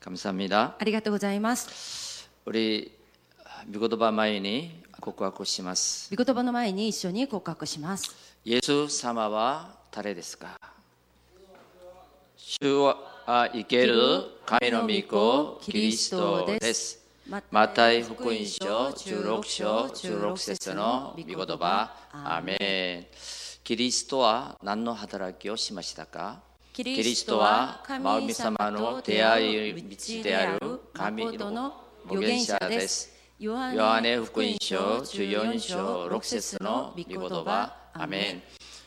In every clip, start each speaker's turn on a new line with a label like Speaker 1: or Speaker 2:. Speaker 1: 감사합니다.
Speaker 2: ありがとうございます。
Speaker 1: 우리 미고도바 마인이 고쿠하고시마스.
Speaker 2: 御言葉の前に一緒に告白します。
Speaker 1: 예수 사마와 다레데스가. 주와 이케르 가미노미코 그리스도 데스. 마타이 후쿠인쇼 주록쇼 주록세스노 미고도바 아멘. 그리스도와 난노 하다라기요 시마시다까.
Speaker 2: キ
Speaker 1: キリストは神様の出会い道である神の預言者です。
Speaker 2: ヨ
Speaker 1: ヨハネ福音書14章6節の御言葉アメン。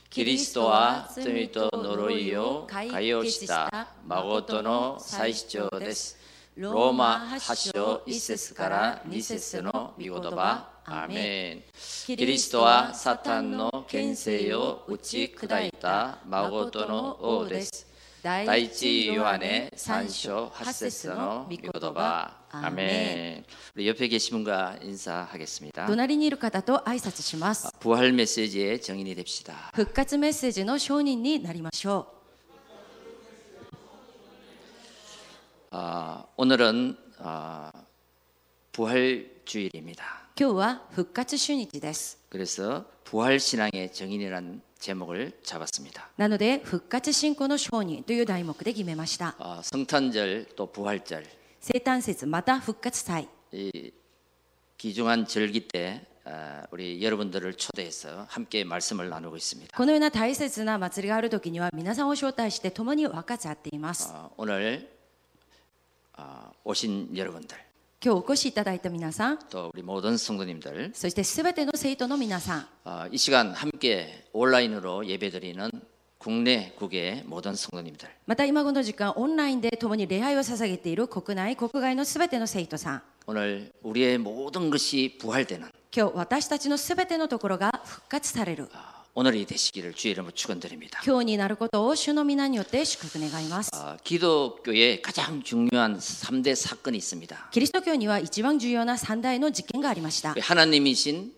Speaker 1: キリストは罪と呪いを解放した孫の最主張です。ローマ8章1節から2節の御言葉アメン。キリストはサタンの権勢を打ち砕いた孫の王です。第一ヨハネ3章8節の御言葉アメン。 옆에 계신 분과 인사하겠습니다.
Speaker 2: 隣にいる方と挨拶します
Speaker 1: 부활 메시지의 정인이 됩시다.
Speaker 2: 復活メッセージの証人になりましょ
Speaker 1: 아, 오늘은 아, 부활 주일입니다.
Speaker 2: う今日は復活主日です
Speaker 1: 그래서 부활 신앙의 정인이라는 제목을 잡았습니다.
Speaker 2: なので復活信仰の証人という題目で決めました
Speaker 1: 아, 성탄절 또 부활절
Speaker 2: 生誕節また復活祭
Speaker 1: 이 기중한 절기 때 아, 우리 여러분들을 초대해서 함께 말씀을 나누고 있습니다.
Speaker 2: このような大切な祭りがある時には皆さんを招待して共に分かち合っています
Speaker 1: 아, 오늘 아, 오신 여러분들
Speaker 2: 今日お越しいただいた皆さん
Speaker 1: 또 우리 모든 성도님들
Speaker 2: そしてすべての生徒の皆さん
Speaker 1: 아, 이 시간 함께 온라인으로 예배드리는 국내 국외 모든 성도님들
Speaker 2: また今後の時間オンラインで共に礼拝を捧げている国内国外のすべての生徒さん
Speaker 1: 오늘 우리의 모든 것이 부활되는
Speaker 2: 今日私たちのすべてのところが復活される
Speaker 1: 아, 오늘이 되시기를 주의 이름으로 축원드립니다.
Speaker 2: 今日になることを主の皆によって祝福願います。
Speaker 1: 아, 기독교의 가장 중요한 3대 사건이 있습니다. 그
Speaker 2: キリスト教には一番重要な三大の事件がありました。
Speaker 1: 하나님이신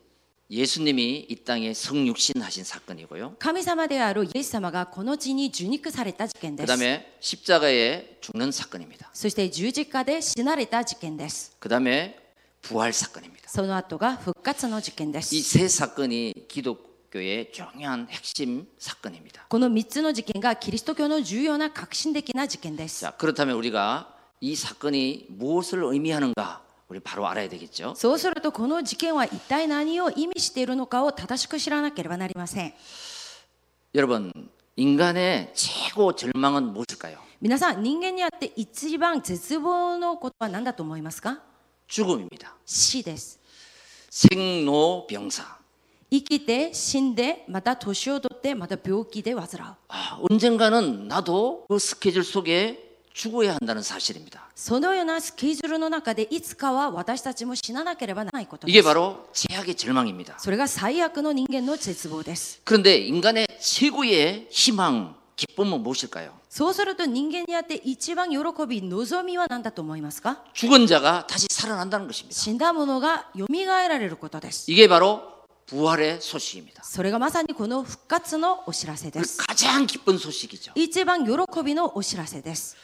Speaker 1: 예수님이 이 땅에 성육신하신 사건이고요.
Speaker 2: 神様であるイエス様がこの地に受肉された事件です。
Speaker 1: 그다음에 십자가에 죽는 사건입니다.
Speaker 2: そして十字架で死なれた事件です。
Speaker 1: 그다음에 부활 사건입니다.
Speaker 2: その後が復活の事件です。
Speaker 1: 이 세 사건이 기독교의 중요한 핵심 사건입니다.
Speaker 2: この三つの事件がキリスト教の重要な革新的な事件です。
Speaker 1: 자, 그렇다면 우리가 이 사건이 무엇을 의미하는가 우리 바로 알아야 되겠죠.
Speaker 2: そうするとこの事件は一体何を意味しているのかを正しく知らなければなりません。
Speaker 1: 여러분, 인간의 최고 절망은 무엇일까요?
Speaker 2: 皆さん人間にあって一番絶望のことは何だと思いますか
Speaker 1: 죽음입니다.
Speaker 2: 死です。
Speaker 1: 생로병사.
Speaker 2: 生きて死んでまた年を取ってまた病気で患う
Speaker 1: 아, 언젠가는 나도 그 스케줄 속에 죽어야 한다는 사실입니다.
Speaker 2: そのようなスケジュールの中でいつかは私たちも死ななければならないことで
Speaker 1: 이게
Speaker 2: す
Speaker 1: 바로 제약의 절망입니다.
Speaker 2: それが最悪の人間の絶望です
Speaker 1: 그런데 인간의 최고의 희망, 기쁨은 무엇일까요?
Speaker 2: そうすると人間にあって一番喜び望みは何だと思いますか
Speaker 1: 죽은 자가 다시 살아난다는 것입니다.
Speaker 2: 死んだものが蘇られることです
Speaker 1: 이게 바로 부활의 소식입니다.
Speaker 2: それがまさにこの復活のお知らせで
Speaker 1: 그
Speaker 2: す
Speaker 1: 가장 기쁜 소식이죠.
Speaker 2: 一番喜びのお知らせです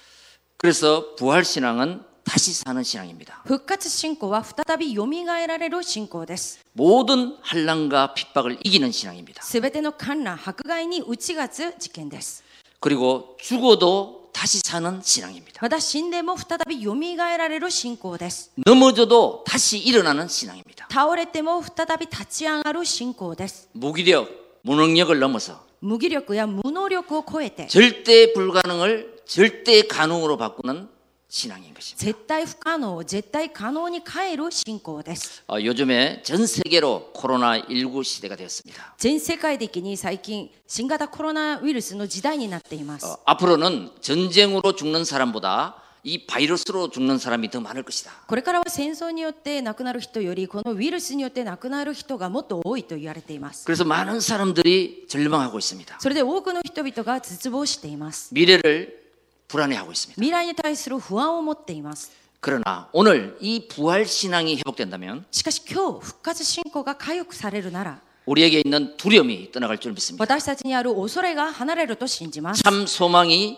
Speaker 1: 그래서 부활 신앙은 다시 사는 신앙입니다.
Speaker 2: 復活信仰は再び蘇られる信仰です
Speaker 1: 모든 한란과 핍박을 이기는 신앙입니다.
Speaker 2: すべての観覧迫害に打ち勝つ事件です
Speaker 1: 그리고 죽어도 다시 사는 신앙입니다.
Speaker 2: また死んでも再び蘇られる信仰です。
Speaker 1: 넘어져도 다시 일어나는 신앙입니다.
Speaker 2: 倒れても再び立ち上がる信仰です。
Speaker 1: 무기력, 무능력을 넘어서
Speaker 2: 無気力や無能力を超えて
Speaker 1: 절대 불가능을 절대 가능으로 바꾸는 신앙인 것입니다.
Speaker 2: 絶対不可能を絶対可能に変える信仰です。
Speaker 1: 어, 요즘에 전 세계로 코로나19 시대가 되었습니다.
Speaker 2: 全世界的に最近新型コロナウイルスの時代になっています
Speaker 1: 어, 。 앞으로는 전쟁으로 죽는 사람보다 이 바이러스로 죽는 사람이 더 많을 것이다.
Speaker 2: これからは戦争によって亡くなる人よりこのウイルスによって亡くなる人がもっと多いと言われています。
Speaker 1: 그래서 많은 사람들이 절망하고 있습니다.
Speaker 2: それで多くの人々が絶望しています。
Speaker 1: 미래를 불안해하고 있습니다.
Speaker 2: 未来に対する不安を持っています。
Speaker 1: 그러나 오늘 이 부활 신앙이 회복된다면
Speaker 2: しかし今日復活信仰が回復されるなら
Speaker 1: 우리에게 있는 두려움이 떠나갈 줄 믿습니다.
Speaker 2: 私たちにある恐れが離れると信じます。
Speaker 1: 참 소망이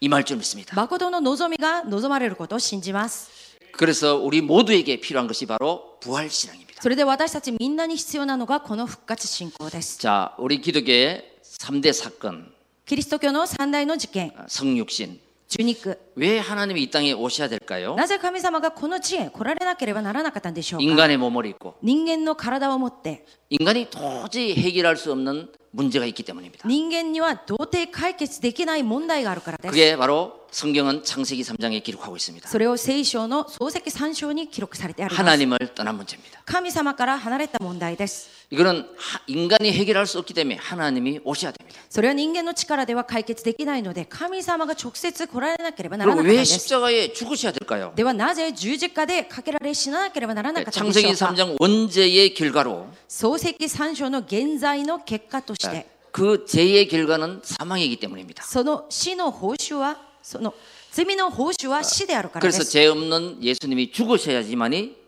Speaker 1: 임할 줄 믿습니다.
Speaker 2: 마코도의 노조미가 노조마레를 것도 신지ます.
Speaker 1: それ 우리 모두에게 필요한 것이 바로 부활 신앙입니다.
Speaker 2: それで私たちみんなに必要なのがこの復活信仰です。
Speaker 1: 자, 우리 기독교의 3대 사건,
Speaker 2: キリスト教の三大の事件、
Speaker 1: 아, 성육신.
Speaker 2: 受肉。
Speaker 1: 왜 하나님이 이 땅에 오셔야 될까요?
Speaker 2: なぜ神様がこの地へ来られなければならなかったんでしょうか
Speaker 1: 인간의 몸을 입고
Speaker 2: 人間の体を持って、
Speaker 1: 인간이 도저히 해결할 수 없는 문제가 있기 때문입니다.
Speaker 2: 人間には到底解決できない問題があるからです。
Speaker 1: 그게 바로 성경은 창세기 3장에 기록하고 있습니다.
Speaker 2: それを聖書の創世記3章に記録されてあります。
Speaker 1: 하나님을 떠난 문제입니다.
Speaker 2: 神様から離れた問題です。
Speaker 1: 이거는 하- 인간이 해결할 수 없기 때문에 하나님이 오셔야 됩니다.
Speaker 2: それは人間の力では解決できないので、神様が直接来られなければなら
Speaker 1: 그리고
Speaker 2: なかった
Speaker 1: 왜
Speaker 2: んです。
Speaker 1: 십자가에 죽으셔야 될까요?
Speaker 2: ではなぜ十字架でかけられ死ななければならな
Speaker 1: 네,
Speaker 2: かったんでしょ
Speaker 1: 창세기
Speaker 2: うか
Speaker 1: 3장 원죄의 결과로
Speaker 2: 創世記3章の現在の結果として、
Speaker 1: 그 죄의 결과는 사망이기 때문입니다.
Speaker 2: その死の報酬は、その罪の報酬は死であるからで
Speaker 1: 그래서
Speaker 2: す。
Speaker 1: 죄 없는 예수님이 죽으셔야지만이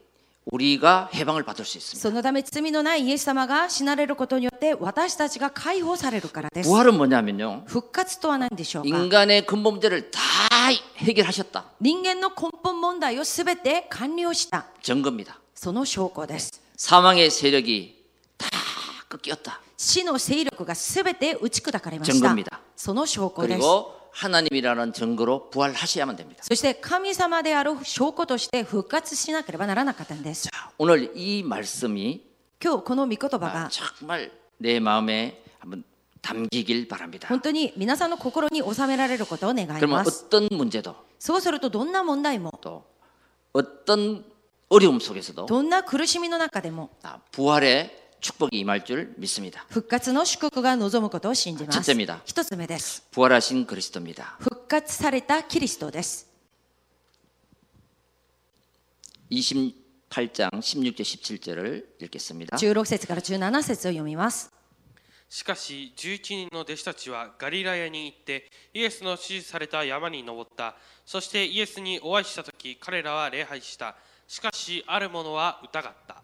Speaker 1: 우리가 해방을 받을 수 있습니다.
Speaker 2: そのため罪のないイエス様が死なれることによって私たちが解放されるからです。
Speaker 1: 부활은 뭐냐면요.
Speaker 2: 復活とは何でしょうか
Speaker 1: 인간의 근본죄를 다 해결하셨다.
Speaker 2: 人間の根本問題をすべて完了した、
Speaker 1: 증거입니다.
Speaker 2: その証拠です。
Speaker 1: 사망의 세력이 다 꺾였다.
Speaker 2: 死の勢力がすべて打ち砕かれまし
Speaker 1: 증거
Speaker 2: た
Speaker 1: 입니다 。
Speaker 2: その証拠です。
Speaker 1: 그리고 하나님이라는 증거로 부활하셔야만 됩니다.
Speaker 2: そして神様である証拠として復活しなければならなかったんです。
Speaker 1: 오늘 이 말씀이
Speaker 2: 今日この御言葉が
Speaker 1: 정말 내 마음에 한번 담기길 바랍니다.
Speaker 2: 本当に皆さんの心に収められることを願い
Speaker 1: 그러면
Speaker 2: ます。
Speaker 1: 어떤 문제도
Speaker 2: そうするとどんな問題も、
Speaker 1: 또 어떤 어려움 속에서도
Speaker 2: どんな苦しみの中でも
Speaker 1: 아, 부활의 축복이 임할 줄 믿습니다.
Speaker 2: 復活の祝福が望むことを信じます。
Speaker 1: 첫째입니다
Speaker 2: 一つ目です。
Speaker 1: 부활하신 그리스도입니다.
Speaker 2: 復活されたキリストです。
Speaker 1: 28장 16절 17절을 읽겠습니다.
Speaker 2: 16節から17節を読みます。
Speaker 3: しかし11人の弟子たちはガリラヤに行ってイエスの指示された山に登ったそしてイエスにお会いした時彼らは礼拝したしかしある者は疑った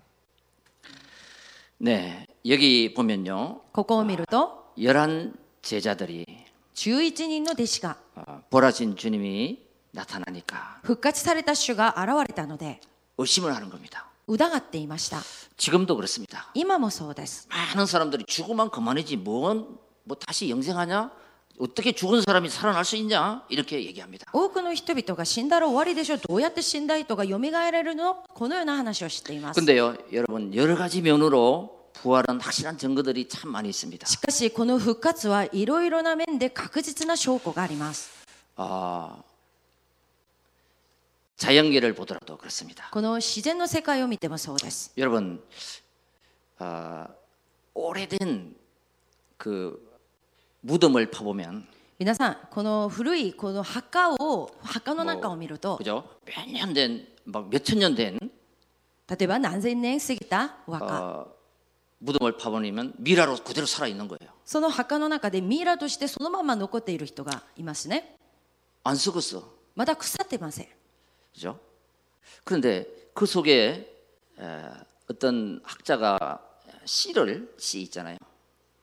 Speaker 1: 네, 여기 보면요.
Speaker 2: ここを見ると、
Speaker 1: 열한 제자들이
Speaker 2: 11人の弟子が
Speaker 1: 어, 부활하신 주님이 나타나니까
Speaker 2: 復活された主が現れたので、
Speaker 1: 의심을 하는 겁니다.
Speaker 2: 疑っていました。
Speaker 1: 지금도 그렇습니다.
Speaker 2: 今もそうです。
Speaker 1: 많은 사람들이 죽으면 그만이지 뭔, 뭐 다시 영생하냐? 어떻게 죽은 사람이 살아날 수 있냐? 이렇게 얘기합니다.
Speaker 2: 多くの人々が死んだら終わりでしょどうやって死んだ人が蘇れるのこのような話をしています。
Speaker 1: 근데요, 여러분 여러 가지 면으로 부활은 확실한 증거들이 참 많이 있습니다.
Speaker 2: しかしこの復活はいろいろな面で確実な証拠があります。
Speaker 1: 아, 자연계를 보더라도 그렇습니다.
Speaker 2: この自然の世界を見てもそうです。
Speaker 1: 여러분 아, 오래된 그 무덤을 파보면
Speaker 2: 皆さん、この古いこの墓を墓の中を見ると、
Speaker 1: 어, 그죠? 몇 년 된 막 몇 천 년 된
Speaker 2: 例えば何千年過ぎたお墓、
Speaker 1: 무덤을 파보면 미라로 그대로 살아 있는 거예요.
Speaker 2: その墓の中でミイラとしてそのまま残っている人がいますね。
Speaker 1: 안 썩었어,
Speaker 2: まだ腐ってません。
Speaker 1: 그죠? 그런데 그 속에 에, 어떤 학자가 씨를 씨 있잖아요.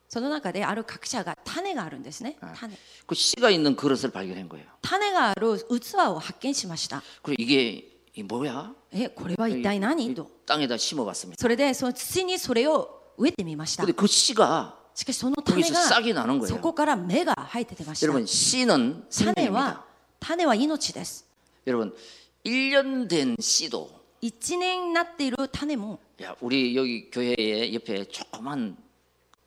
Speaker 2: その中である各社が種があるんですね。種
Speaker 1: 그 씨가 있는 그릇을 발견한 거예요.
Speaker 2: 種がある器を発見しました。
Speaker 1: 그리고 이게 이 뭐야?
Speaker 2: え、これは一体何と。
Speaker 1: 땅에다 심어봤습니다.
Speaker 2: それでその土にそれを植えてみました
Speaker 1: 근데 。그 씨가
Speaker 2: しかしその種
Speaker 1: 거기서
Speaker 2: が
Speaker 1: 싹이 나는
Speaker 2: そ
Speaker 1: 거예요.
Speaker 2: こから芽が生えて出ました。
Speaker 1: 여러분 씨는
Speaker 2: 種
Speaker 1: 생명입니다.
Speaker 2: は種は命です。
Speaker 1: 여러분 1년 된 씨도
Speaker 2: 一年になっている種も
Speaker 1: 야, 우리 여기 교회에 옆에 조그만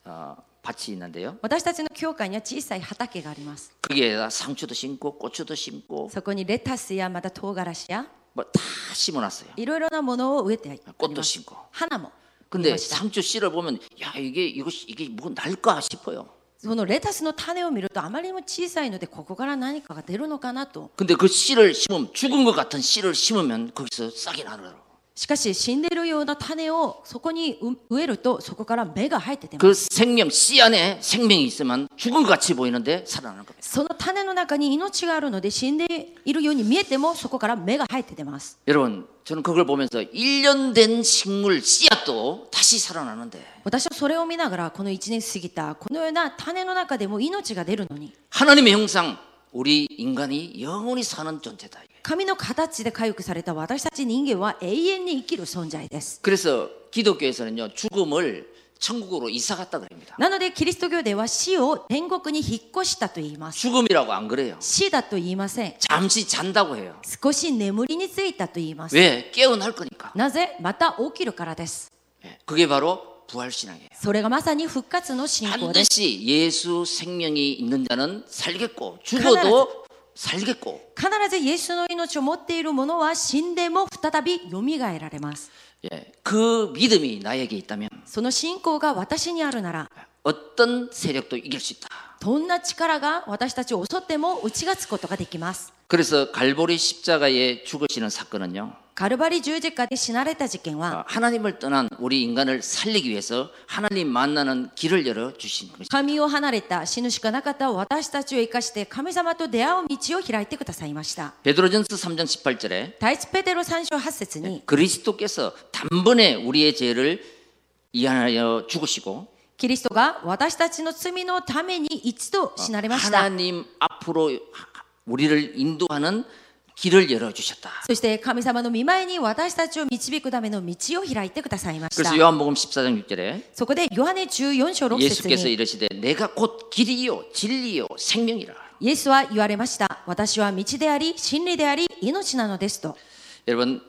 Speaker 1: 어, 밭이 있는데요.
Speaker 2: 私たちの教会には小さい畑があります。
Speaker 1: 거기에다 상추도 심고 고추도 심고
Speaker 2: そこにレタスやまた唐辛子や
Speaker 1: 뭐 다 심어놨어요.
Speaker 2: いろいろなものを植えてあり
Speaker 1: 꽃도
Speaker 2: ます。
Speaker 1: 심고.
Speaker 2: 花も。
Speaker 1: 근데 상추 씨를 보면 야 이게 이거 이게 뭐 날까 싶어요.
Speaker 2: そのレタスの種を見るとあまりにも小さいのでここから何かが出るのかなと。
Speaker 1: 근데 그 씨를 심으면 죽은 것 같은 씨를 심으면 거기서 싹이 나더라고.
Speaker 2: しかし死んでいるような種をそこに植えるとそこから芽が生えて出ます。
Speaker 1: 그 생명 씨 안에 생명이 있으면 죽은 것 같이 보이는데 살아나는 겁니다.
Speaker 2: その種の中に命があるので死んでいるように見えてもそこから芽が生えて出ます。
Speaker 1: 여러분 저는 그걸 보면서 1년 된 식물 씨앗도 다시 살아나는데
Speaker 2: 私はそれを見ながらこの1年過ぎたこのような種の中でも命が出るのに
Speaker 1: 하나님의 형상 우리 인간이 영원히 사는 존재다.
Speaker 2: 神の形で回復された私たち人間は永遠に生きる存在です。
Speaker 1: 그래서 기독교에서는요 죽음을 천국으로 이사갔다 그럽니다.
Speaker 2: なのでキリスト教では死を天国に引っ越したと言います。
Speaker 1: 죽음이라고 안 그래요.
Speaker 2: 死だと言いません。
Speaker 1: 잠시 잔다고 해요.
Speaker 2: 少し眠りについたと言います。
Speaker 1: 왜 깨어날 거니까.
Speaker 2: なぜまた起きるからです。
Speaker 1: 예, 그게 바로 부활 신앙이에요.
Speaker 2: それがまさに復活の信仰です。
Speaker 1: 반드시 예수 생명이 있는 자는 살겠고 죽어도 살겠고
Speaker 2: 必ずイエスの命を持っている者は死んでも再び蘇られます。
Speaker 1: 예, 그 믿음이 나에게 있다면
Speaker 2: その信仰が私にあるなら、
Speaker 1: 어떤 세력도 이길 수 있다.
Speaker 2: どんな力が私たちを襲っても打ち勝つことができます。
Speaker 1: 그래서 갈보리 십자가에 죽으시는 사건은요
Speaker 2: カルバリ十字架で死なれた事件
Speaker 1: 아,
Speaker 2: は、
Speaker 1: 하나님을 떠난 우리 인간을 살리기 위해서 하나님 만나는 길을 열어 주신 것입니다.
Speaker 2: 神を離れた死ぬしかなかった私たちを生かして神様と出会う道を開いてくださいました。
Speaker 1: 베드로전서 3장 18절에
Speaker 2: 第一ペテロ3章8節に、
Speaker 1: 그리스도께서 단번에 우리의 죄를 이하여 죽으시고
Speaker 2: キリストが私たちの罪のために一度死なれました。
Speaker 1: 하나님 앞으로 우리를 인도하는 길을 열어 주셨다.
Speaker 2: そして神様の御前に私たちを導くための道を開いてくださいまし
Speaker 1: 그래서
Speaker 2: た。
Speaker 1: 요한복음 14장 6절에
Speaker 2: そこでヨハネ14章6節
Speaker 1: 예수께서
Speaker 2: に
Speaker 1: 이르시되 내가 곧 길이요 진리요 생명이라.
Speaker 2: イエスは言われました。私は道であり、真理であり、命なのですと。
Speaker 1: 여러분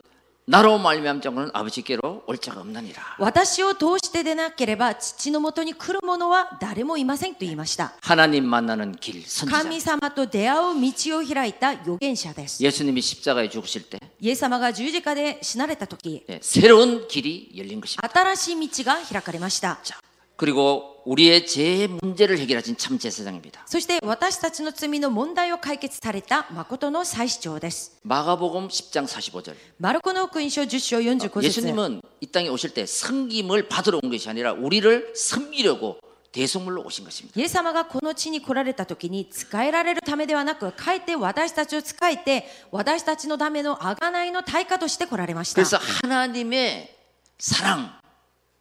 Speaker 1: 나로 말미암 자는 아버지께로 올 자가 없나니라.
Speaker 2: 私を通してでなければ父のもとに来る者は誰もいませんと言いました。
Speaker 1: 하나님 만나는 길 선지자
Speaker 2: 神様と出会う道を開いた預言者です。
Speaker 1: 예수님이 십자가에 죽으실 때
Speaker 2: イエス様が十字架で死なれた時、
Speaker 1: 예, 새로운 길이 열린 것입니다.
Speaker 2: 新しい道が開かれました。
Speaker 1: 자, 그리고 우리의 죄의 문제를 해결하신 참 제사장입니다.
Speaker 2: そして私たちの罪の問題を解決された誠の祭司長です。
Speaker 1: 마가복음 10장 45절.
Speaker 2: マルコの福音書10章45節
Speaker 1: 예수님은 이 땅에 오실 때 섬김을 받으러 온 것이 아니라 우리를 섬기려고 대속물로 오신 것입니다.
Speaker 2: イエス様がこの地に来られた時に仕えられるためではなく、かえって私たちを仕えて、私たちのための贖いの対価として来られました。
Speaker 1: 그래서 하나님의 사랑,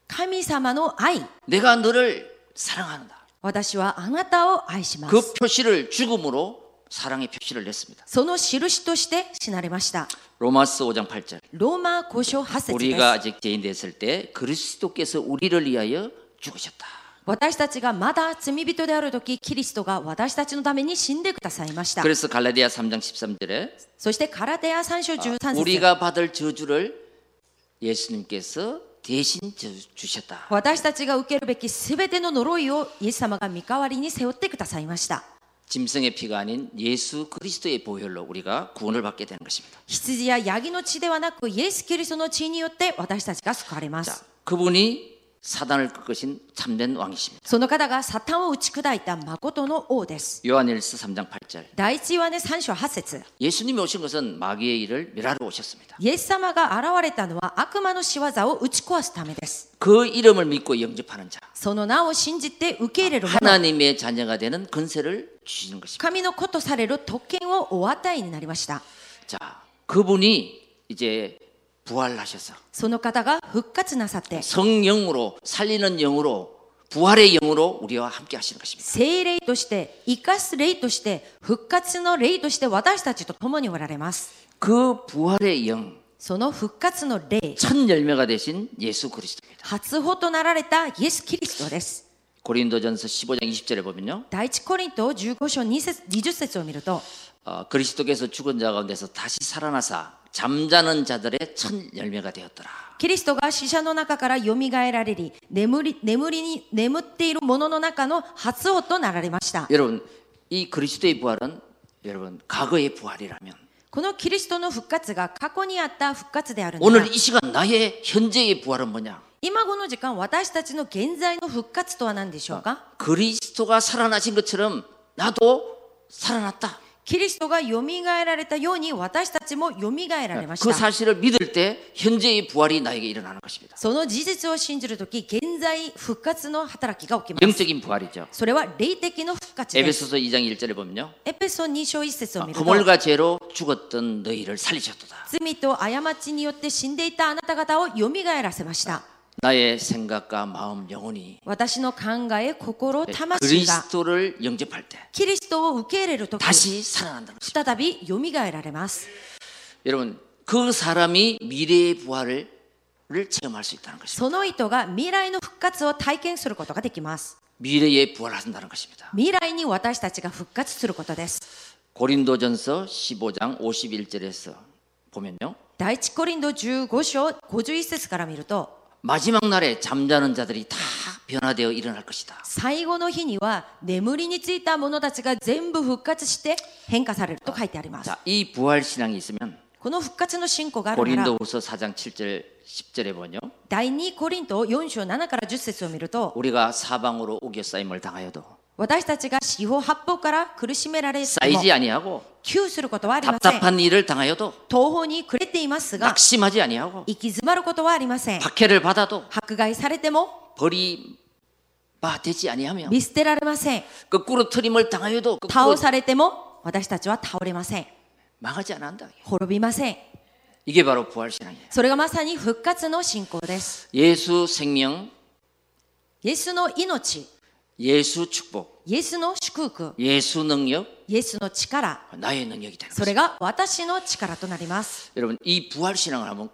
Speaker 2: 神様の愛、
Speaker 1: 내가 너를 사랑한다.
Speaker 2: 私はあなたを愛しま
Speaker 1: 그
Speaker 2: す。
Speaker 1: 표시를 죽음으로 사랑의 표시를 냈습니다.
Speaker 2: その印として死なれました。
Speaker 1: 로마스 5장 8절.
Speaker 2: ローマ5章8節で
Speaker 1: 우리가
Speaker 2: す。
Speaker 1: 아직 죄인 됐을 때 그리스도께서 우리를 위하여 죽으셨다.
Speaker 2: 私たちがまだ罪人である時、キリストが私たちのために死んでくださいました。
Speaker 1: 그래서 갈라디아 3장 13절에
Speaker 2: そしてカラテア3章13節
Speaker 1: 우리가 받을 저주를 예수님께서 대신 저- 주셨다.
Speaker 2: 私たちが受けるべきすべての呪いをイエス様が身代わりに背負ってくださいました。
Speaker 1: 짐승의 피가 아닌 예수 그리스도의 보혈로 우리가 구원을 받게 되는 것입니다.
Speaker 2: 羊やヤギの血ではなくイエス・キリストの血によって私たちが救われま
Speaker 1: 자,
Speaker 2: す。
Speaker 1: 그분이 사단을 꺾으신 참된 왕이십니다.
Speaker 2: その方がサタンを打ち砕いた誠の王です。
Speaker 1: 요한일서 3장 8절.
Speaker 2: 第一ヨハネ3章8節
Speaker 1: 예수님이 오신 것은 마귀의 일을 멸하러 오셨습니다.
Speaker 2: イエス様が現れたのは悪魔の仕業を打ち壊すためです。
Speaker 1: 그 이름을 믿고 영접하는 자,
Speaker 2: その名を信じて受け入れる者、
Speaker 1: 하나님의 자녀가 되는 근세를 주시는 것입니다.
Speaker 2: 神の子とされる特権をお与えになりました。
Speaker 1: 자, 그분이 이제 부활하셔서
Speaker 2: その方が復活なさって、
Speaker 1: 성령으로 살리는 영으로 부활의 영으로 우리와 함께 하시는 것입니다.
Speaker 2: 聖霊として、生かす霊として、復活の霊として私たちと共におられます。
Speaker 1: 그 부활의 영,
Speaker 2: その復活の霊、
Speaker 1: 첫 열매가 되신 예수 그리스도입니다.
Speaker 2: 初歩となられたイエス・キリストです。
Speaker 1: 고린도전서 15장 20절에 보면요.
Speaker 2: 第一コリント15章2節20節を見ると、
Speaker 1: 어, 그리스도께서 죽은 자 가운데서 다시 살아나사 잠자는 자들의 첫 열매가 되었더라.
Speaker 2: キリストが死者の中から蘇られり、眠り、眠りに、眠っている者の中の初音となられました。
Speaker 1: 여러분, 이 그리스도의 부활은 여러분 과거의 부활이라면
Speaker 2: このキリストの復活が過去にあった復活であるなら
Speaker 1: 오늘 이 시간 나의 현재의 부활은 뭐냐?
Speaker 2: 今この時間、私たちの現在の復活とは何でしょうか
Speaker 1: 그리스도가 살아나신 것처럼 나도 살아났다.
Speaker 2: キリストが蘇られたように私たちも蘇られまし
Speaker 1: 그
Speaker 2: た。
Speaker 1: 사실을 믿을 때 현재의 부활이 나에게 일어나는 것입니다.
Speaker 2: その事実を信じるとき、現在復活の働きが起きます。
Speaker 1: 영적인 부활이죠.
Speaker 2: それは霊的の復活です。
Speaker 1: 에베소서 2장 1절에 보면요.
Speaker 2: エペソ2章1節を見ると、
Speaker 1: 허물과 죄로 죽었던 너희를 살리셨도다.
Speaker 2: 罪と過ちによって死んでいたあなた方を蘇らせました。
Speaker 1: 나의 생각과 마음, 영혼이
Speaker 2: 私の考え、心、
Speaker 1: 예,
Speaker 2: 魂が
Speaker 1: 그리스도를 영접할 때
Speaker 2: キリストを受け入れるとき、
Speaker 1: 다시 살아난다는 거죠.
Speaker 2: 再び蘇られます。
Speaker 1: 여러분, 그 사람이 미래의 부활을 를 체험할 수 있다는 것입니다.
Speaker 2: その人が未来の復活を体験することができます。
Speaker 1: 미래의 부활한다는 것입니다.
Speaker 2: 未来に私たちが復活することです。
Speaker 1: 고린도전서 15장 51절에서 보면요.
Speaker 2: 第一コリンド15章51節から見ると、
Speaker 1: 마지막 날에 잠자는 자들이 다 변화되어 일어날 것이다.
Speaker 2: 最後の日には眠りについた者たちが全部復活して変化されると書いてあります。
Speaker 1: 자, 이 부활 신앙이 있으면
Speaker 2: この復活の信仰があるなら、
Speaker 1: 고린도후서 4장 7절 10절에 보면요.
Speaker 2: 第2コリント4章7から10節を見ると、
Speaker 1: 우리가 사방으로 우겨 싸임을 당하여도
Speaker 2: 私たちが四方八方から苦しめられても
Speaker 1: 싸이지 아니하고
Speaker 2: 窮することはありません。
Speaker 1: 답답한 일을 당하여도
Speaker 2: 東方に暮れていますが、
Speaker 1: 낙심하지 아니하고
Speaker 2: 行き詰まることはありません。
Speaker 1: 박해를 받아도
Speaker 2: 迫害されても
Speaker 1: 버림바되지 아니하며 그
Speaker 2: 見捨てられません。
Speaker 1: 거꾸로 트림을 당하여도 그
Speaker 2: 倒
Speaker 1: 거꾸로
Speaker 2: されても私たちは倒れません。
Speaker 1: 망하지 않는다.
Speaker 2: 滅びません。
Speaker 1: 이게 바로 부활 신앙이에요.
Speaker 2: それがまさに復活の信仰です。
Speaker 1: 예수 생명,
Speaker 2: イエスの命、
Speaker 1: 예수 축복,
Speaker 2: イエスの祝福、
Speaker 1: 예수 능력,
Speaker 2: イエスの力、
Speaker 1: 나의 능력이 되는
Speaker 2: そ
Speaker 1: 거예요.
Speaker 2: れが私の力となります。
Speaker 1: 여러분 이 부활 신앙을 한번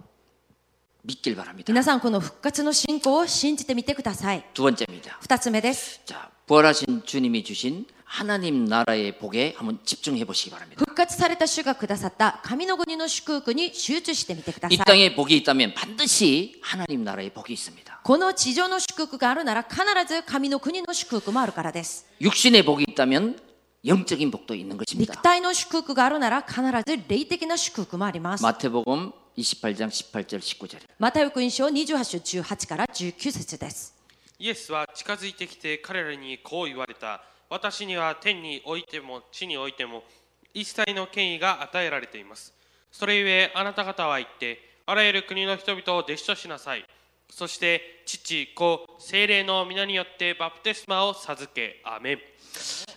Speaker 1: 믿길 바랍니다.
Speaker 2: 皆さん、この復活の信仰を信じてみてください。
Speaker 1: 두 번째입니다.
Speaker 2: 二つ目です。
Speaker 1: 자, 부활하신 주님이 주신 하나님 나라의 복에 한번 집중해 보시기 바랍니다.
Speaker 2: 復活された主がくださった神の国の祝福に集中してみてくだ
Speaker 1: 이
Speaker 2: さい。
Speaker 1: 땅에 복이 있다면 반드시 하나님 나라의 복이 있습니다.
Speaker 2: この地上の祝福があるなら必ず神の国の祝福もあるからです。
Speaker 1: 육신의 복이 있다면 영적인 복도 있는
Speaker 2: 肉
Speaker 1: 것입니다.
Speaker 2: 体の祝福があるなら必ず霊的な祝福もあります。
Speaker 1: 마태복음 28장 18절 19절에
Speaker 2: マタイ福音書28章18から19節です。
Speaker 3: イエスは近づいてきて彼らにこう言われた。私には天においても地においても一切の権威が与えられています。それゆえあなた方は言って、あらゆる国の人々を弟子としなさい。そして父、子、精霊の皆によってバプテスマを授け。アーメン。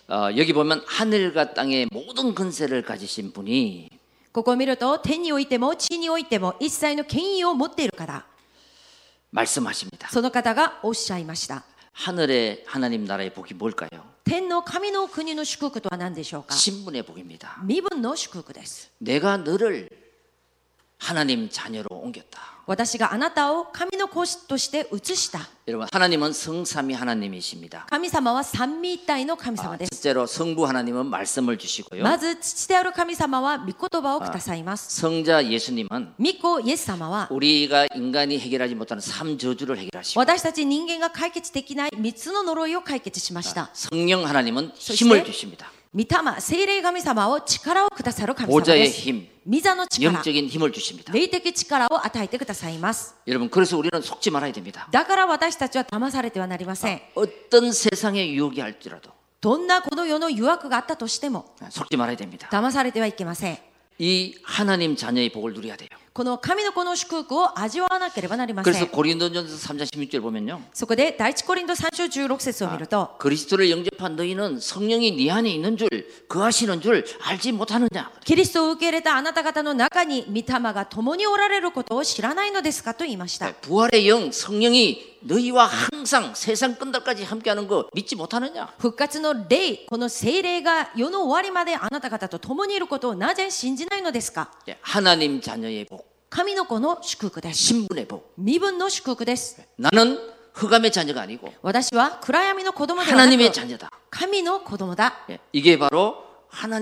Speaker 1: 어, 여기 보면 하늘과 땅의 모든 근세를 가지신 분이
Speaker 2: ここを見ると、天においても地においても一切の権威を持っているから、
Speaker 1: 말씀하십니다.
Speaker 2: その方がおっしゃいました。
Speaker 1: 하늘의 하나님 나라의 복이 뭘까요?
Speaker 2: 天の神の国の祝福とは何でしょうか
Speaker 1: 신분의 복입니다.
Speaker 2: 身分の祝福です。
Speaker 1: 내가 너를 하나님 자녀로 옮겼다.
Speaker 2: 私があなたを神の子として移した。
Speaker 1: 여러분 하나님은 성삼위 하나님이십니다.
Speaker 2: 神様は三位一体の神
Speaker 1: 아,
Speaker 2: 様です。
Speaker 1: 첫째로 성부 하나님은 말씀을 주시고요.
Speaker 2: まず、父である神様は御言葉をくださいます。
Speaker 1: 성자 예수님은
Speaker 2: 御子イエス様は、
Speaker 1: 우리가 인간이 해결하지 못하는 삼 저주를 해결하시고
Speaker 2: 私たち人間が解決できない3つの呪いを解決しました。
Speaker 1: 성령 하나님은
Speaker 2: 소시대?
Speaker 1: 힘을 주십니다.
Speaker 2: 御霊、精霊神様を力をくださる神様
Speaker 1: 보좌의
Speaker 2: です
Speaker 1: 힘 。
Speaker 2: 御座の力、
Speaker 1: 영적인 힘을 주십니다.
Speaker 2: 霊的力を与えてくださいます。
Speaker 1: 여러분 그래서 우리는 속지 말아야 됩니다.
Speaker 2: だから私たちは騙されてはなりません。
Speaker 1: 어떤 세상의 유혹이 할지라도
Speaker 2: どんなこの世の誘惑があったとしても、
Speaker 1: 속지 말아야 됩니다.
Speaker 2: 騙されてはいけません。
Speaker 1: 이 하나님 자녀의 복을 누려야 돼요.
Speaker 2: この神の子の祝福を味わわなければなりませ
Speaker 1: 그래서
Speaker 2: ん。
Speaker 1: 고린도전서 3장 16절 보면요.
Speaker 2: そこで第一コリント3章16節を見ると、
Speaker 1: 그리스도를 영접한 너희는 성령이 네 안에 있는 줄 그하시는 줄 알지 못하느냐.
Speaker 2: キリストを受け入れたあなた方の中に御霊が共におられることを知らないのですかと言いました。
Speaker 1: 부활의 영 성령이 너희와 항상 세상 끝날까지 함께하는 거 믿지 못하느냐.
Speaker 2: 復活の霊、この聖霊が世の終わりまであなた方と共にいることをなぜ信じないのですか
Speaker 1: 예, 하나님 자녀의 복,
Speaker 2: 神の子の祝福です。
Speaker 1: 신분의 복.
Speaker 2: 身分の祝福です。
Speaker 1: 나는 흑암의 자녀가 아니고
Speaker 2: 私は暗闇の子供ではな
Speaker 1: 하나님의
Speaker 2: く
Speaker 1: 자녀다.
Speaker 2: 神の子供だ。
Speaker 1: 예, 이게 바로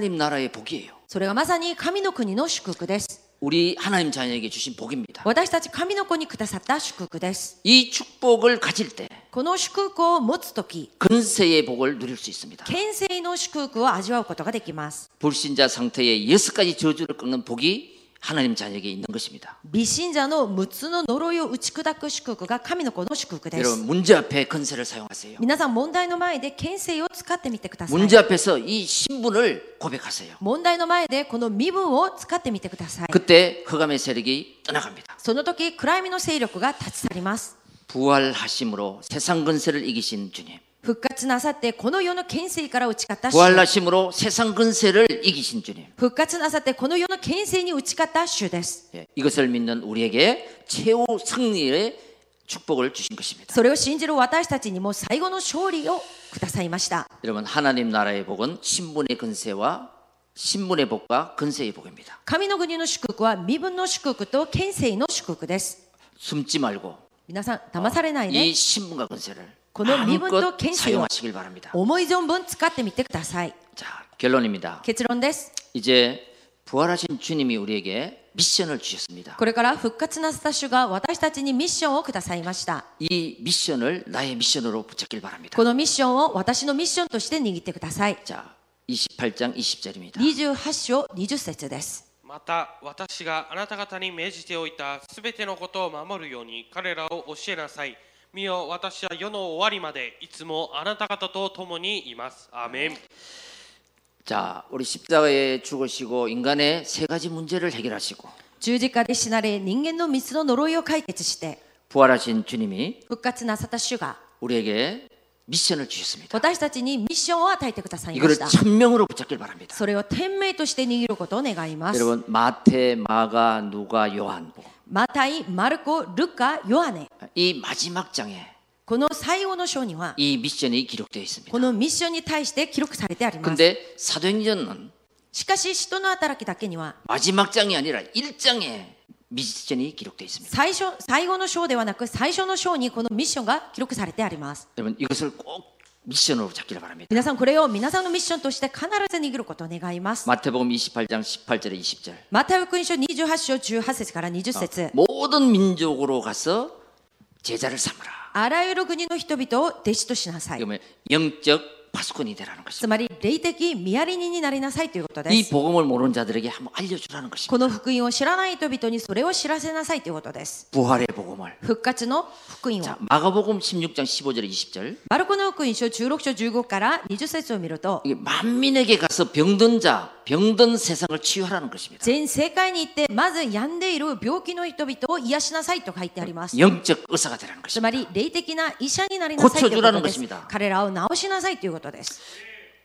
Speaker 1: 하나님 나라의 복이에요.
Speaker 2: それがまさに神の国の祝福です。
Speaker 1: 우리 하나님 자녀에게 주신 복입니다.
Speaker 2: 私たち神の子にくださった祝福です。
Speaker 1: 이 축복을 가질 때
Speaker 2: この祝福を持つとき、
Speaker 1: 근세의 복을 누릴 수 있습니다.
Speaker 2: 牽制の祝福を味わうことができます。
Speaker 1: 불신자 상태의 여섯 가지 저주를 꺾는 복이 하나님 자녀에게 있는 것입니다.
Speaker 2: 微信者の6つの呪いを打ち砕く祝福が神の子の祝福で
Speaker 1: 여러분
Speaker 2: す。
Speaker 1: 문제 앞에 근세를 사용하세요.
Speaker 2: 皆さん問題の前で牽制を使ってみてください
Speaker 1: 문제 。 앞에서 이 신분을 고백하세요.
Speaker 2: 問題の前でこの身分を使ってみてください。
Speaker 1: 그때 흑암의 세력이 떠나갑니다.
Speaker 2: その時、暗闇の勢力が立ち去ります。
Speaker 1: 부활하심으로 세상 근세를 이기신 주님.
Speaker 2: 復活なさってこの世の権勢から打ち勝った主
Speaker 1: 부활하심으로 세상 근세를 이기신 주님.
Speaker 2: 復活なさってこの世の権勢に打ち勝った主です
Speaker 1: 예, 이것을 믿는 우리에게 최후 승리의 축복을 주신 것입니다.
Speaker 2: それを信じる私たちにも最後の勝利をくださいました
Speaker 1: 여러분 하나님 나라의 복은 신분의 근세와 신분의 복과 근세의 복입니다.
Speaker 2: 神の国の祝福は身分の祝福と権勢の祝福です
Speaker 1: 숨지 말고
Speaker 2: 皆さん騙されない
Speaker 1: 이
Speaker 2: で
Speaker 1: 신분과 근세를
Speaker 2: 그는 미분도
Speaker 1: 마음껏
Speaker 2: 갱신이요.
Speaker 1: 사용하시길 바랍니다.
Speaker 2: 思い存分使ってみてください
Speaker 1: 자 결론입니다.
Speaker 2: 結論です
Speaker 1: 이제 부활하신 주님이 우리에게 미션을 주셨습니다.
Speaker 2: これから復活なさった主が私たちにミッションをくださいました
Speaker 1: 이 미션을 나의 미션으로 붙잡길 바랍니다.
Speaker 2: このミッションを私のミッションとして握ってください
Speaker 1: 자 28장 20절입니다.
Speaker 2: 28章20節です
Speaker 3: また私があなた方に命じておいたすべてのことを守るように彼らを教えなさい。見よ私は世の終わりまでいつもあなた方と共にいます。アーメン。
Speaker 1: 자 우리 십자가에 죽으시고 인간의 세 가지 문제를 해결하시고
Speaker 2: 十字架で死なれ人間の三つの呪いを解決して
Speaker 1: 부활하신 주님이
Speaker 2: 復活なさった主が
Speaker 1: 우리에게 미션을 주셨습니다.
Speaker 2: 私たちにミッションを与えてくださいま
Speaker 1: 이거를
Speaker 2: した
Speaker 1: 천명으로 붙잡길 바랍니다.
Speaker 2: それを天命として握ることを願います。
Speaker 1: 여러분 마태, 마가, 누가, 요한복
Speaker 2: マタイ、マルコ、ルカ、ヨハネ。
Speaker 1: 이 마지막 장에
Speaker 2: この最後の章には、
Speaker 1: 이 미션이 기록되어 있습니다.
Speaker 2: このミッションに対して記録されてあります。
Speaker 1: 근데 사도행전은
Speaker 2: しかし、使徒の働きだけには、
Speaker 1: 마지막 장이 아니라 1장에 미션이 기록되어 있습니다.
Speaker 2: 最初、最後の章ではなく、最初の章にこのミッションが記録されてあります。
Speaker 1: 여러분 이것을 꼭 미션으로 잡기를 바랍니다.
Speaker 2: 皆さん、これを皆さんのミッションとして必ず握ることを願います。
Speaker 1: 마태복음 28장 18절에 20절.
Speaker 2: マタイ福音書28章18節から20節
Speaker 1: 모든 민족으로 가서 제자를 삼으라.
Speaker 2: あらゆる国の人々を弟子としなさい。
Speaker 1: 그러면 영적 파수꾼이 되라는
Speaker 2: つ
Speaker 1: 것입니다.
Speaker 2: まり、霊的ミヤリ人になりなさいということで
Speaker 1: 이
Speaker 2: す。
Speaker 1: 복음을 모르는 자들에게 한번 알려주라는 것입니다.
Speaker 2: この福音を知らない人々にそれを知らせなさいということです。
Speaker 1: 부활의 복음을.
Speaker 2: 復活の福音を
Speaker 1: 자, 마가복음 16장 15절에 20절.
Speaker 2: マルコの福音書16章15から20節を見ると
Speaker 1: 이게 만민에게 가서 병든 자, 병든 세상을 치유하라는 것입니다.
Speaker 2: 全世界に行ってまず病んでいる病気の人々を癒しなさいと書いてあります
Speaker 1: 영적 의사가 되라는 것입니다.
Speaker 2: つまり霊的な医者になりなさいということで
Speaker 1: 고쳐주라는것입
Speaker 2: す
Speaker 1: 니다
Speaker 2: 彼らを治しなさいということです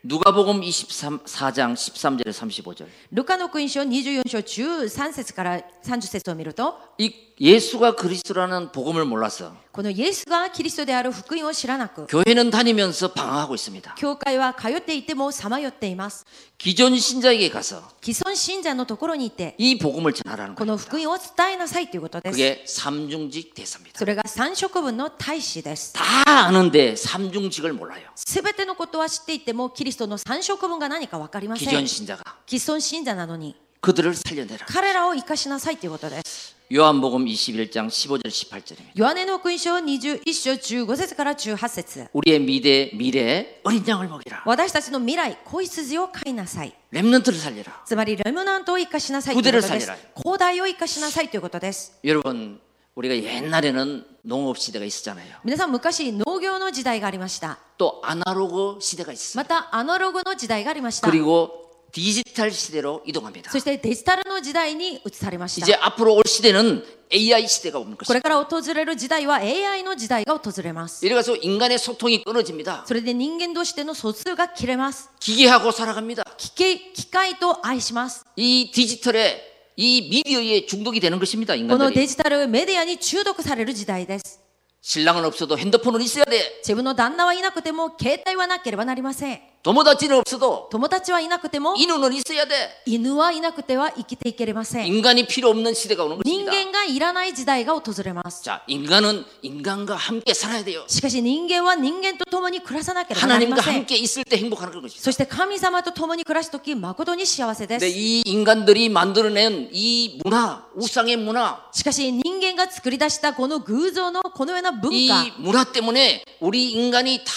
Speaker 1: 누가복음 24장 13절에 35절.
Speaker 2: ルカの福音書24章13節から30節を見ると
Speaker 1: 이 예수가 그리스도라는 복음을 몰라서
Speaker 2: このイエスがキリストである福音を知らなく
Speaker 1: 교회는 다니면서 방황하고 있습니다.
Speaker 2: 教会は通っていてもさまよっています
Speaker 1: 기존 신자에게 가서
Speaker 2: 既存信者のところに行って
Speaker 1: 이 복음을 전하라는
Speaker 2: この
Speaker 1: 겁니다.
Speaker 2: 福音を伝えなさいということです
Speaker 1: 그게 삼중직 대사입니다.
Speaker 2: それが3食分の大使です
Speaker 1: 다 아는데 삼중직을 몰라요.
Speaker 2: すべてのことは知っていても、キリストの三職分が何か分かりません。
Speaker 1: 기존 신자가
Speaker 2: 既存信者なのに、
Speaker 1: 그들을 살려내라.
Speaker 2: 彼らを生かしなさいということです。
Speaker 1: 요한복음 21장 15절 18절입니다.
Speaker 2: ヨハネの福音書21章15節から18節
Speaker 1: 우리의 미래 미래에 어린 양을 먹이라.
Speaker 2: 私たちの未来、恋筋を飼いなさい。
Speaker 1: 렘넌트를 살려라.
Speaker 2: つまり、レムナントを生かしなさいということです
Speaker 1: 부대를살려라 。
Speaker 2: 広大を生かしなさいということです。
Speaker 1: 여러분 우리가 옛날에는 농업 시대가 있었잖아요.
Speaker 2: 皆さん、昔、農業の時代がありました。
Speaker 1: 또 아날로그 시대가 있어요.
Speaker 2: また、アナログの時代がありました。
Speaker 1: 그리고 디지털 시대로 이동합니다.
Speaker 2: そして、デジタルの時代に移されまし
Speaker 1: 이제
Speaker 2: た。
Speaker 1: 앞으로 올 시대는 AI 시대가 오는
Speaker 2: こ
Speaker 1: 것입니다.
Speaker 2: れから訪れる時代は AI の時代が訪れます。
Speaker 1: 이래가서 인간의 소통이 끊어집니다.
Speaker 2: それで人間同士での疎通が切れます。
Speaker 1: 기계하고 살아갑니다.
Speaker 2: 機械機械と愛します。
Speaker 1: 이 디지털에 이 미디어에 중독이 되는 것입니다.
Speaker 2: このデ
Speaker 1: 인간들이
Speaker 2: ジタルメディアに中毒される時代です。
Speaker 1: 신랑은 없어도 핸드폰은 있어야 돼.
Speaker 2: 自分の旦那はいなくても携帯はなければなりません。
Speaker 1: 도모다치는 없어도
Speaker 2: 友達はいなくても
Speaker 1: 인원은 있어야 돼.
Speaker 2: 犬はいなくては生きていけれません。
Speaker 1: 인간이 필요 없는 시대가 오는
Speaker 2: 人
Speaker 1: 것입니다.
Speaker 2: 間がいらない時代が訪れます。
Speaker 1: 자, 인간은 인간과 함께 살아야 돼요.
Speaker 2: しかし人間は人間と共に暮らさなければなり
Speaker 1: 하나님과
Speaker 2: ません。
Speaker 1: 함께 있을 때 행복하는 그런 것입니다.
Speaker 2: そして神様と共に暮らすとき誠に幸せで
Speaker 1: 근데
Speaker 2: す。
Speaker 1: 이 인간들이 만들어낸 이 문화, 우상의 문화,
Speaker 2: しかし人間が作り出したこの偶像のこのような文
Speaker 1: 이
Speaker 2: 化、
Speaker 1: 문화 때문에 우리 인간이 다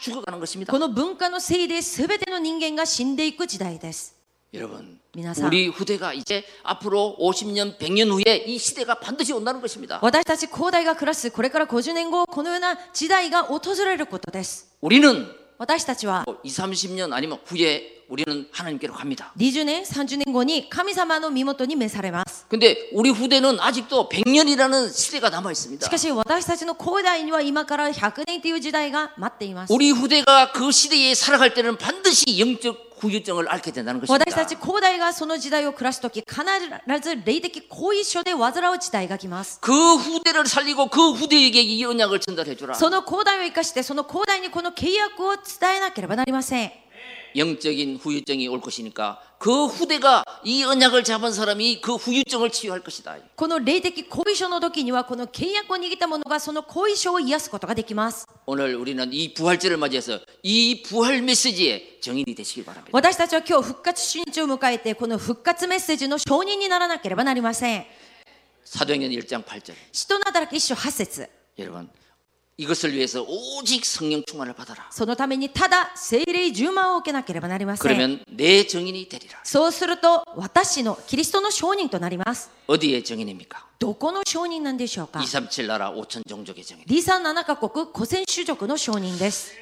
Speaker 1: 죽어가는 것입니다.
Speaker 2: この文化のせいで全ての人間が死んでいく時代です。
Speaker 1: 여러분,
Speaker 2: 미나상.
Speaker 1: 우리 후대가 이제 앞으로 50년, 100년 후에 이 시대가 반드시 온다는 것입니다.
Speaker 2: 私たち広大が暮らすこれから50年後このような時代が訪れることです
Speaker 1: 우리는
Speaker 2: 私たちは
Speaker 1: 2, 30년 아니면 후에 우리는 하나님께로 갑니다.
Speaker 2: 20年30年後に神様の身元に召されます
Speaker 1: 근데 우리 후대는 아직도 100년이라는 시대가 남아 있습니다.
Speaker 2: しかし私たちの広大には今から100年という時代が待っています
Speaker 1: 우리 후대가 그 시대에 살아갈 때는 반드시 영적 후유증을 앓게 된다는
Speaker 2: 私た
Speaker 1: 것입니다.
Speaker 2: ち高代がその時代を暮らすとき必ず霊的後遺症で煩う時代が来ます
Speaker 1: 그 후대를 살리고 그 후대에게 이 언약을 전달해 주라.
Speaker 2: その高代を生かしてその高代にこの契約を伝えなければなりません
Speaker 1: 영적인 후유증이 올 것이니까 그 후대가 이 언약을 잡은 사람이 그 후유증을 치유할 것이다.
Speaker 2: この霊的後遺症の時にはこの契約を握った者がその後遺症を癒すことができます
Speaker 1: 오늘 우리는 이 부활절을 맞이해서 이 부활 메시지의 정인이 되시길 바랍니다.
Speaker 2: 私たちは今日復活主日を迎えてこの復活メッセージの承認にならなければなりません
Speaker 1: 사도행전 1장 8절.
Speaker 2: 使徒の働き一章八節
Speaker 1: 여러분 이것을 위해서 오직 성령 충만을 받아라.
Speaker 2: そのためにただ聖霊充満を受けなければなりません
Speaker 1: 그러면 내 정인이 되리라.
Speaker 2: そうすると私のキリストの証人となります
Speaker 1: 어디의 정인입니까?
Speaker 2: どこの証人なんでしょうか
Speaker 1: 237 나라 5천 종족의 정인.
Speaker 2: リサ7カ国古戦種族の証人です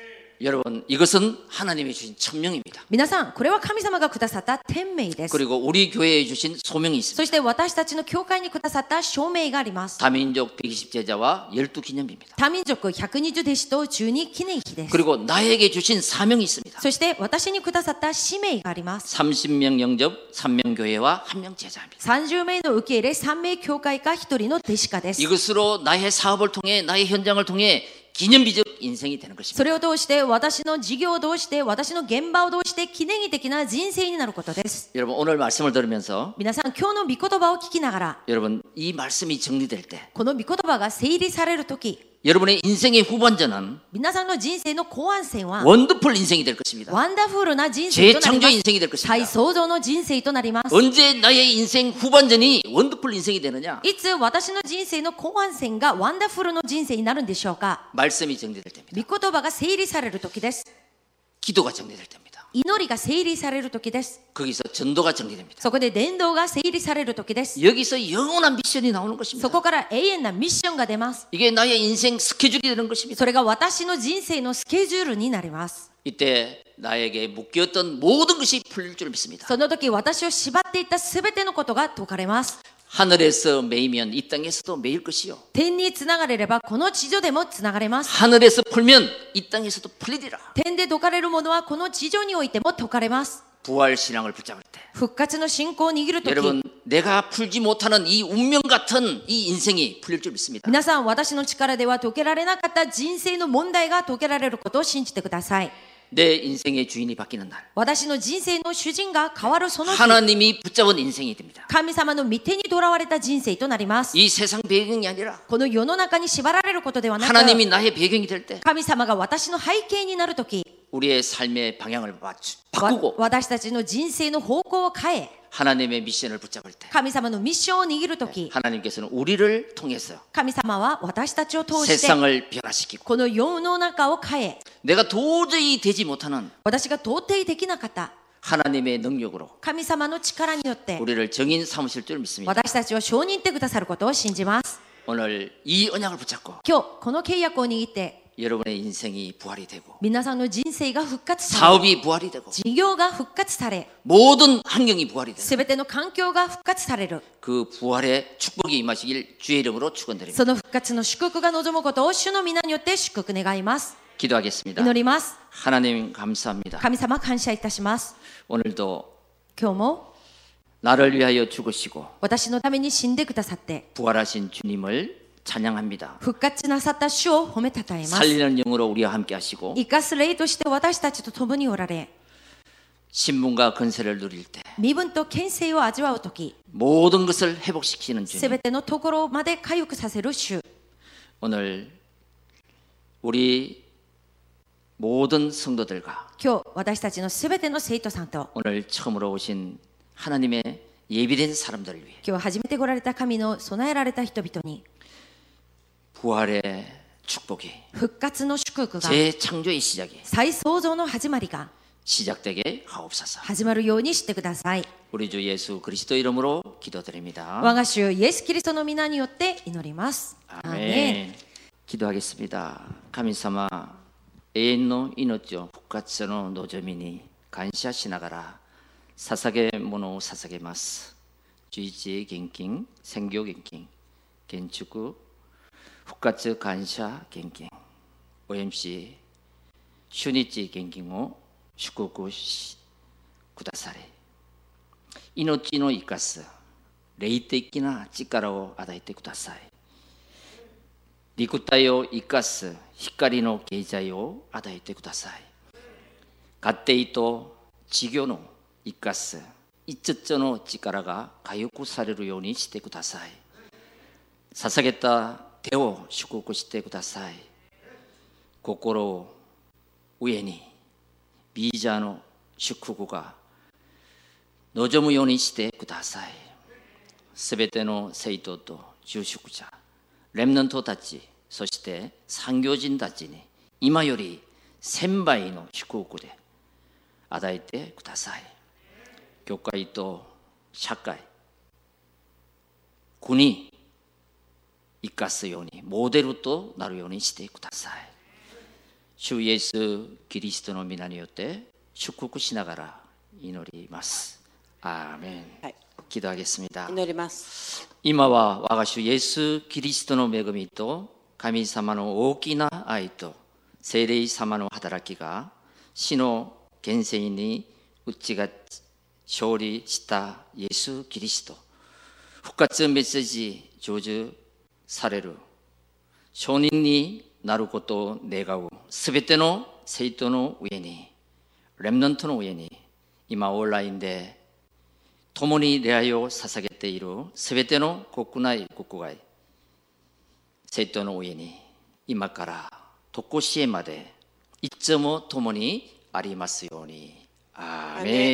Speaker 1: 여러분 이것은 하나님이 주신 천명입니다.
Speaker 2: 皆さんこれは神様がくださった天命です
Speaker 1: 그리고 우리 교회에 주신 소명이 있습니다.
Speaker 2: そして私たちの教会にくださった証明があります
Speaker 1: 다민족 120 제자와 12 기념비입니다.
Speaker 2: 多民族120弟子と12記念碑です。
Speaker 1: 그리고 나에게 주신 사명이 있습니다.
Speaker 2: そして私にくださった使命があります。
Speaker 1: 30명 영접, 3명 교회와 1명 제자입니다.
Speaker 2: 30名の受け入れ3名教会か1人の弟子かです。
Speaker 1: 이것으로 나의 사업을 통해 나의 현장을 통해 기념비적 인생이 되는 것입니다.
Speaker 2: それを通して私の事業を通して私の現場を通して記念碑的な人生になることです。
Speaker 1: 여러분 오늘 말씀을 들으면서
Speaker 2: 皆さん今日の御言葉を聞きながら
Speaker 1: 여러분 이 말씀이 정리될 때
Speaker 2: この御言葉が整理される時
Speaker 1: 여러분의 인생의 후반전은
Speaker 2: 皆さんの人生の後半戦は
Speaker 1: 원더풀 인생이 될 것입니다.
Speaker 2: ワンダフルな人生となりま
Speaker 1: 재창조
Speaker 2: す。
Speaker 1: 인생이 될
Speaker 2: 再
Speaker 1: 것입니다.
Speaker 2: 創造の人生となります。
Speaker 1: 언제 나의 인생 후반전이 원더풀 인생이 되느냐?
Speaker 2: いつ私の人生の後半戦がワンダフルの人生になるんでしょうか
Speaker 1: 말씀이 정리될 때입니다.
Speaker 2: 御言葉が整理される時です。
Speaker 1: 기도가 정리될 때입니다.
Speaker 2: 祈りが整理される時です。
Speaker 1: 거기서 전도가 정리됩니다.
Speaker 2: そこで伝道が整理される時です。
Speaker 1: 여기서 영원한 미션이 나오는 것입니다.
Speaker 2: そこから永遠なミッションが出ます。
Speaker 1: 이게 나의 인생 스케줄이 되는 것입니다.
Speaker 2: それが私の人生のスケジュールになります。
Speaker 1: 이때 나에게 묶였던 모든 것이 풀릴 줄 믿습니다.
Speaker 2: その時私を縛っていたすべてのことが解かれます。
Speaker 1: 하늘에서 매이면 이 땅에서도 매일 것이요.
Speaker 2: 天につながれればこの地上でもつながれます。
Speaker 1: 하늘에서 풀면 이 땅에서도 풀리리라.
Speaker 2: 天で解かれるものはこの地上においても解かれます。
Speaker 1: 부활 신앙을 붙잡을 때
Speaker 2: 復活の信仰を握る時
Speaker 1: 여러분 내가 풀지 못하는 이 운명 같은 이 인생이 풀릴 줄 믿습니다.
Speaker 2: 皆さん私の力では解けられなかった人生の問題が解けられることを信じてください。
Speaker 1: 내 인생의 주인이 바뀌는 날
Speaker 2: 私の人生の主人が変わるその日
Speaker 1: 하나님이 붙잡은 인생이 됩니다.
Speaker 2: 神様の御手にとらわれた人生となります。
Speaker 1: 이 세상 배경이 아니라
Speaker 2: この世の中に縛られることではなく、
Speaker 1: 하나님이 나의 배경이 될 때
Speaker 2: 神様が私の背景になるとき、
Speaker 1: 우리의 삶의 방향을 맞추,
Speaker 2: わ
Speaker 1: 바꾸고
Speaker 2: 私たちの人生の方向を変え、
Speaker 1: 하나님의 미션을 붙잡을 때
Speaker 2: 神様のミッションを握るとき、
Speaker 1: 하나님께서는 우리를 통해서
Speaker 2: 神様は私たちを通して、
Speaker 1: 세상을 변화시키고
Speaker 2: この世の中を変え、
Speaker 1: 내가 도저히 되지 못하는
Speaker 2: 私が到底できなかった、
Speaker 1: 하나님의 능력으로
Speaker 2: 神様の力によって、
Speaker 1: 우리를 정인 삼으실 줄 믿습니다.
Speaker 2: 私たちを承認ってくださることを信じます。
Speaker 1: 오늘 이 언약을 붙잡고
Speaker 2: 今日、この契約を握って、
Speaker 1: 여러분의 인생이 부활이 되고
Speaker 2: 皆さんの人生が復活され、
Speaker 1: 사업이 부활이 되고
Speaker 2: 事業が復活され、
Speaker 1: 모든 환경이 부활이 되고
Speaker 2: すべての環境が復活される。
Speaker 1: 그 부활의 축복이 임하시길 주의 이름으로 축원드립니다.
Speaker 2: その復活の祝福が望むことを主の皆によって祝福願います。
Speaker 1: 기도하겠습니다.
Speaker 2: 祈ります。
Speaker 1: 하나님 감사합니다.
Speaker 2: 神様感謝いたします。
Speaker 1: 오늘도
Speaker 2: 今日も
Speaker 1: 나를 위하여 죽으시고
Speaker 2: 私のために死んでくださって、
Speaker 1: 부활하신 주님을 찬양합니다.
Speaker 2: 復活なさった主を褒めたたえます。
Speaker 1: 살리는 영으로 우리와 함께 하시고
Speaker 2: 生かす霊として私たちと共におられ、
Speaker 1: 신분과 건세를 누릴 때
Speaker 2: 身分と権勢を味わうとき、
Speaker 1: 모든 것을 회복시키는
Speaker 2: す
Speaker 1: 주님
Speaker 2: べてのところまで回復させる主。
Speaker 1: 오늘 우리 모든 성도들과
Speaker 2: 今日、私たちのすべての生徒さんと、
Speaker 1: 오늘 처음으로 오신 하나님의 예비된 사람들을 위해
Speaker 2: 今日初めて来られた神の備えられた人々に、
Speaker 1: 부활의 축복이
Speaker 2: 復活の祝福が、
Speaker 1: 재창조의 시작이
Speaker 2: 再創造の始まりが
Speaker 1: 시작되게 하옵소서
Speaker 2: 始まるようにしてください。
Speaker 1: 우리 주 예수 그리스도 이름으로 기도드립니다
Speaker 2: 我が主イエス・キリストの皆によって祈ります。アーメン
Speaker 1: 아멘. 기도하겠습니다. 하나님様,永遠の命を復活者の望みに感謝しながら捧げ物を捧げます。11献金、宣教献金、建築、復活感謝献金、OMC、主日献金を祝福しくだされ命の生かす霊的な力を与えてください肉体を生かす光の経済を与えてください家庭と事業の生かす5つの力が回復されるようにしてください捧げた手を祝福してください心を上にビーザの祝福が望むようにしてくださいすべての生徒と住職者レムナントたちそして産業人たちに今より1000倍の祝福で与えてください教会と社会国生かすようにモデルとなるようにしてください主イエス・キリストの皆によって祝福しながら祈りますアーメン、
Speaker 4: はい
Speaker 1: 기도하겠습니다
Speaker 4: 祈ります
Speaker 1: 今は我が主イエス・キリストの恵みと神様の大きな愛と聖霊様の働きが死の厳正にうちが勝利したイエス・キリスト復活メッセージ成就される証人になることを願うすべての生徒の上にレムナントの上に今オンラインで共に礼拝を捧げているすべての国内国外生徒の上に今から常しえまでいつも共にありますようにアーメン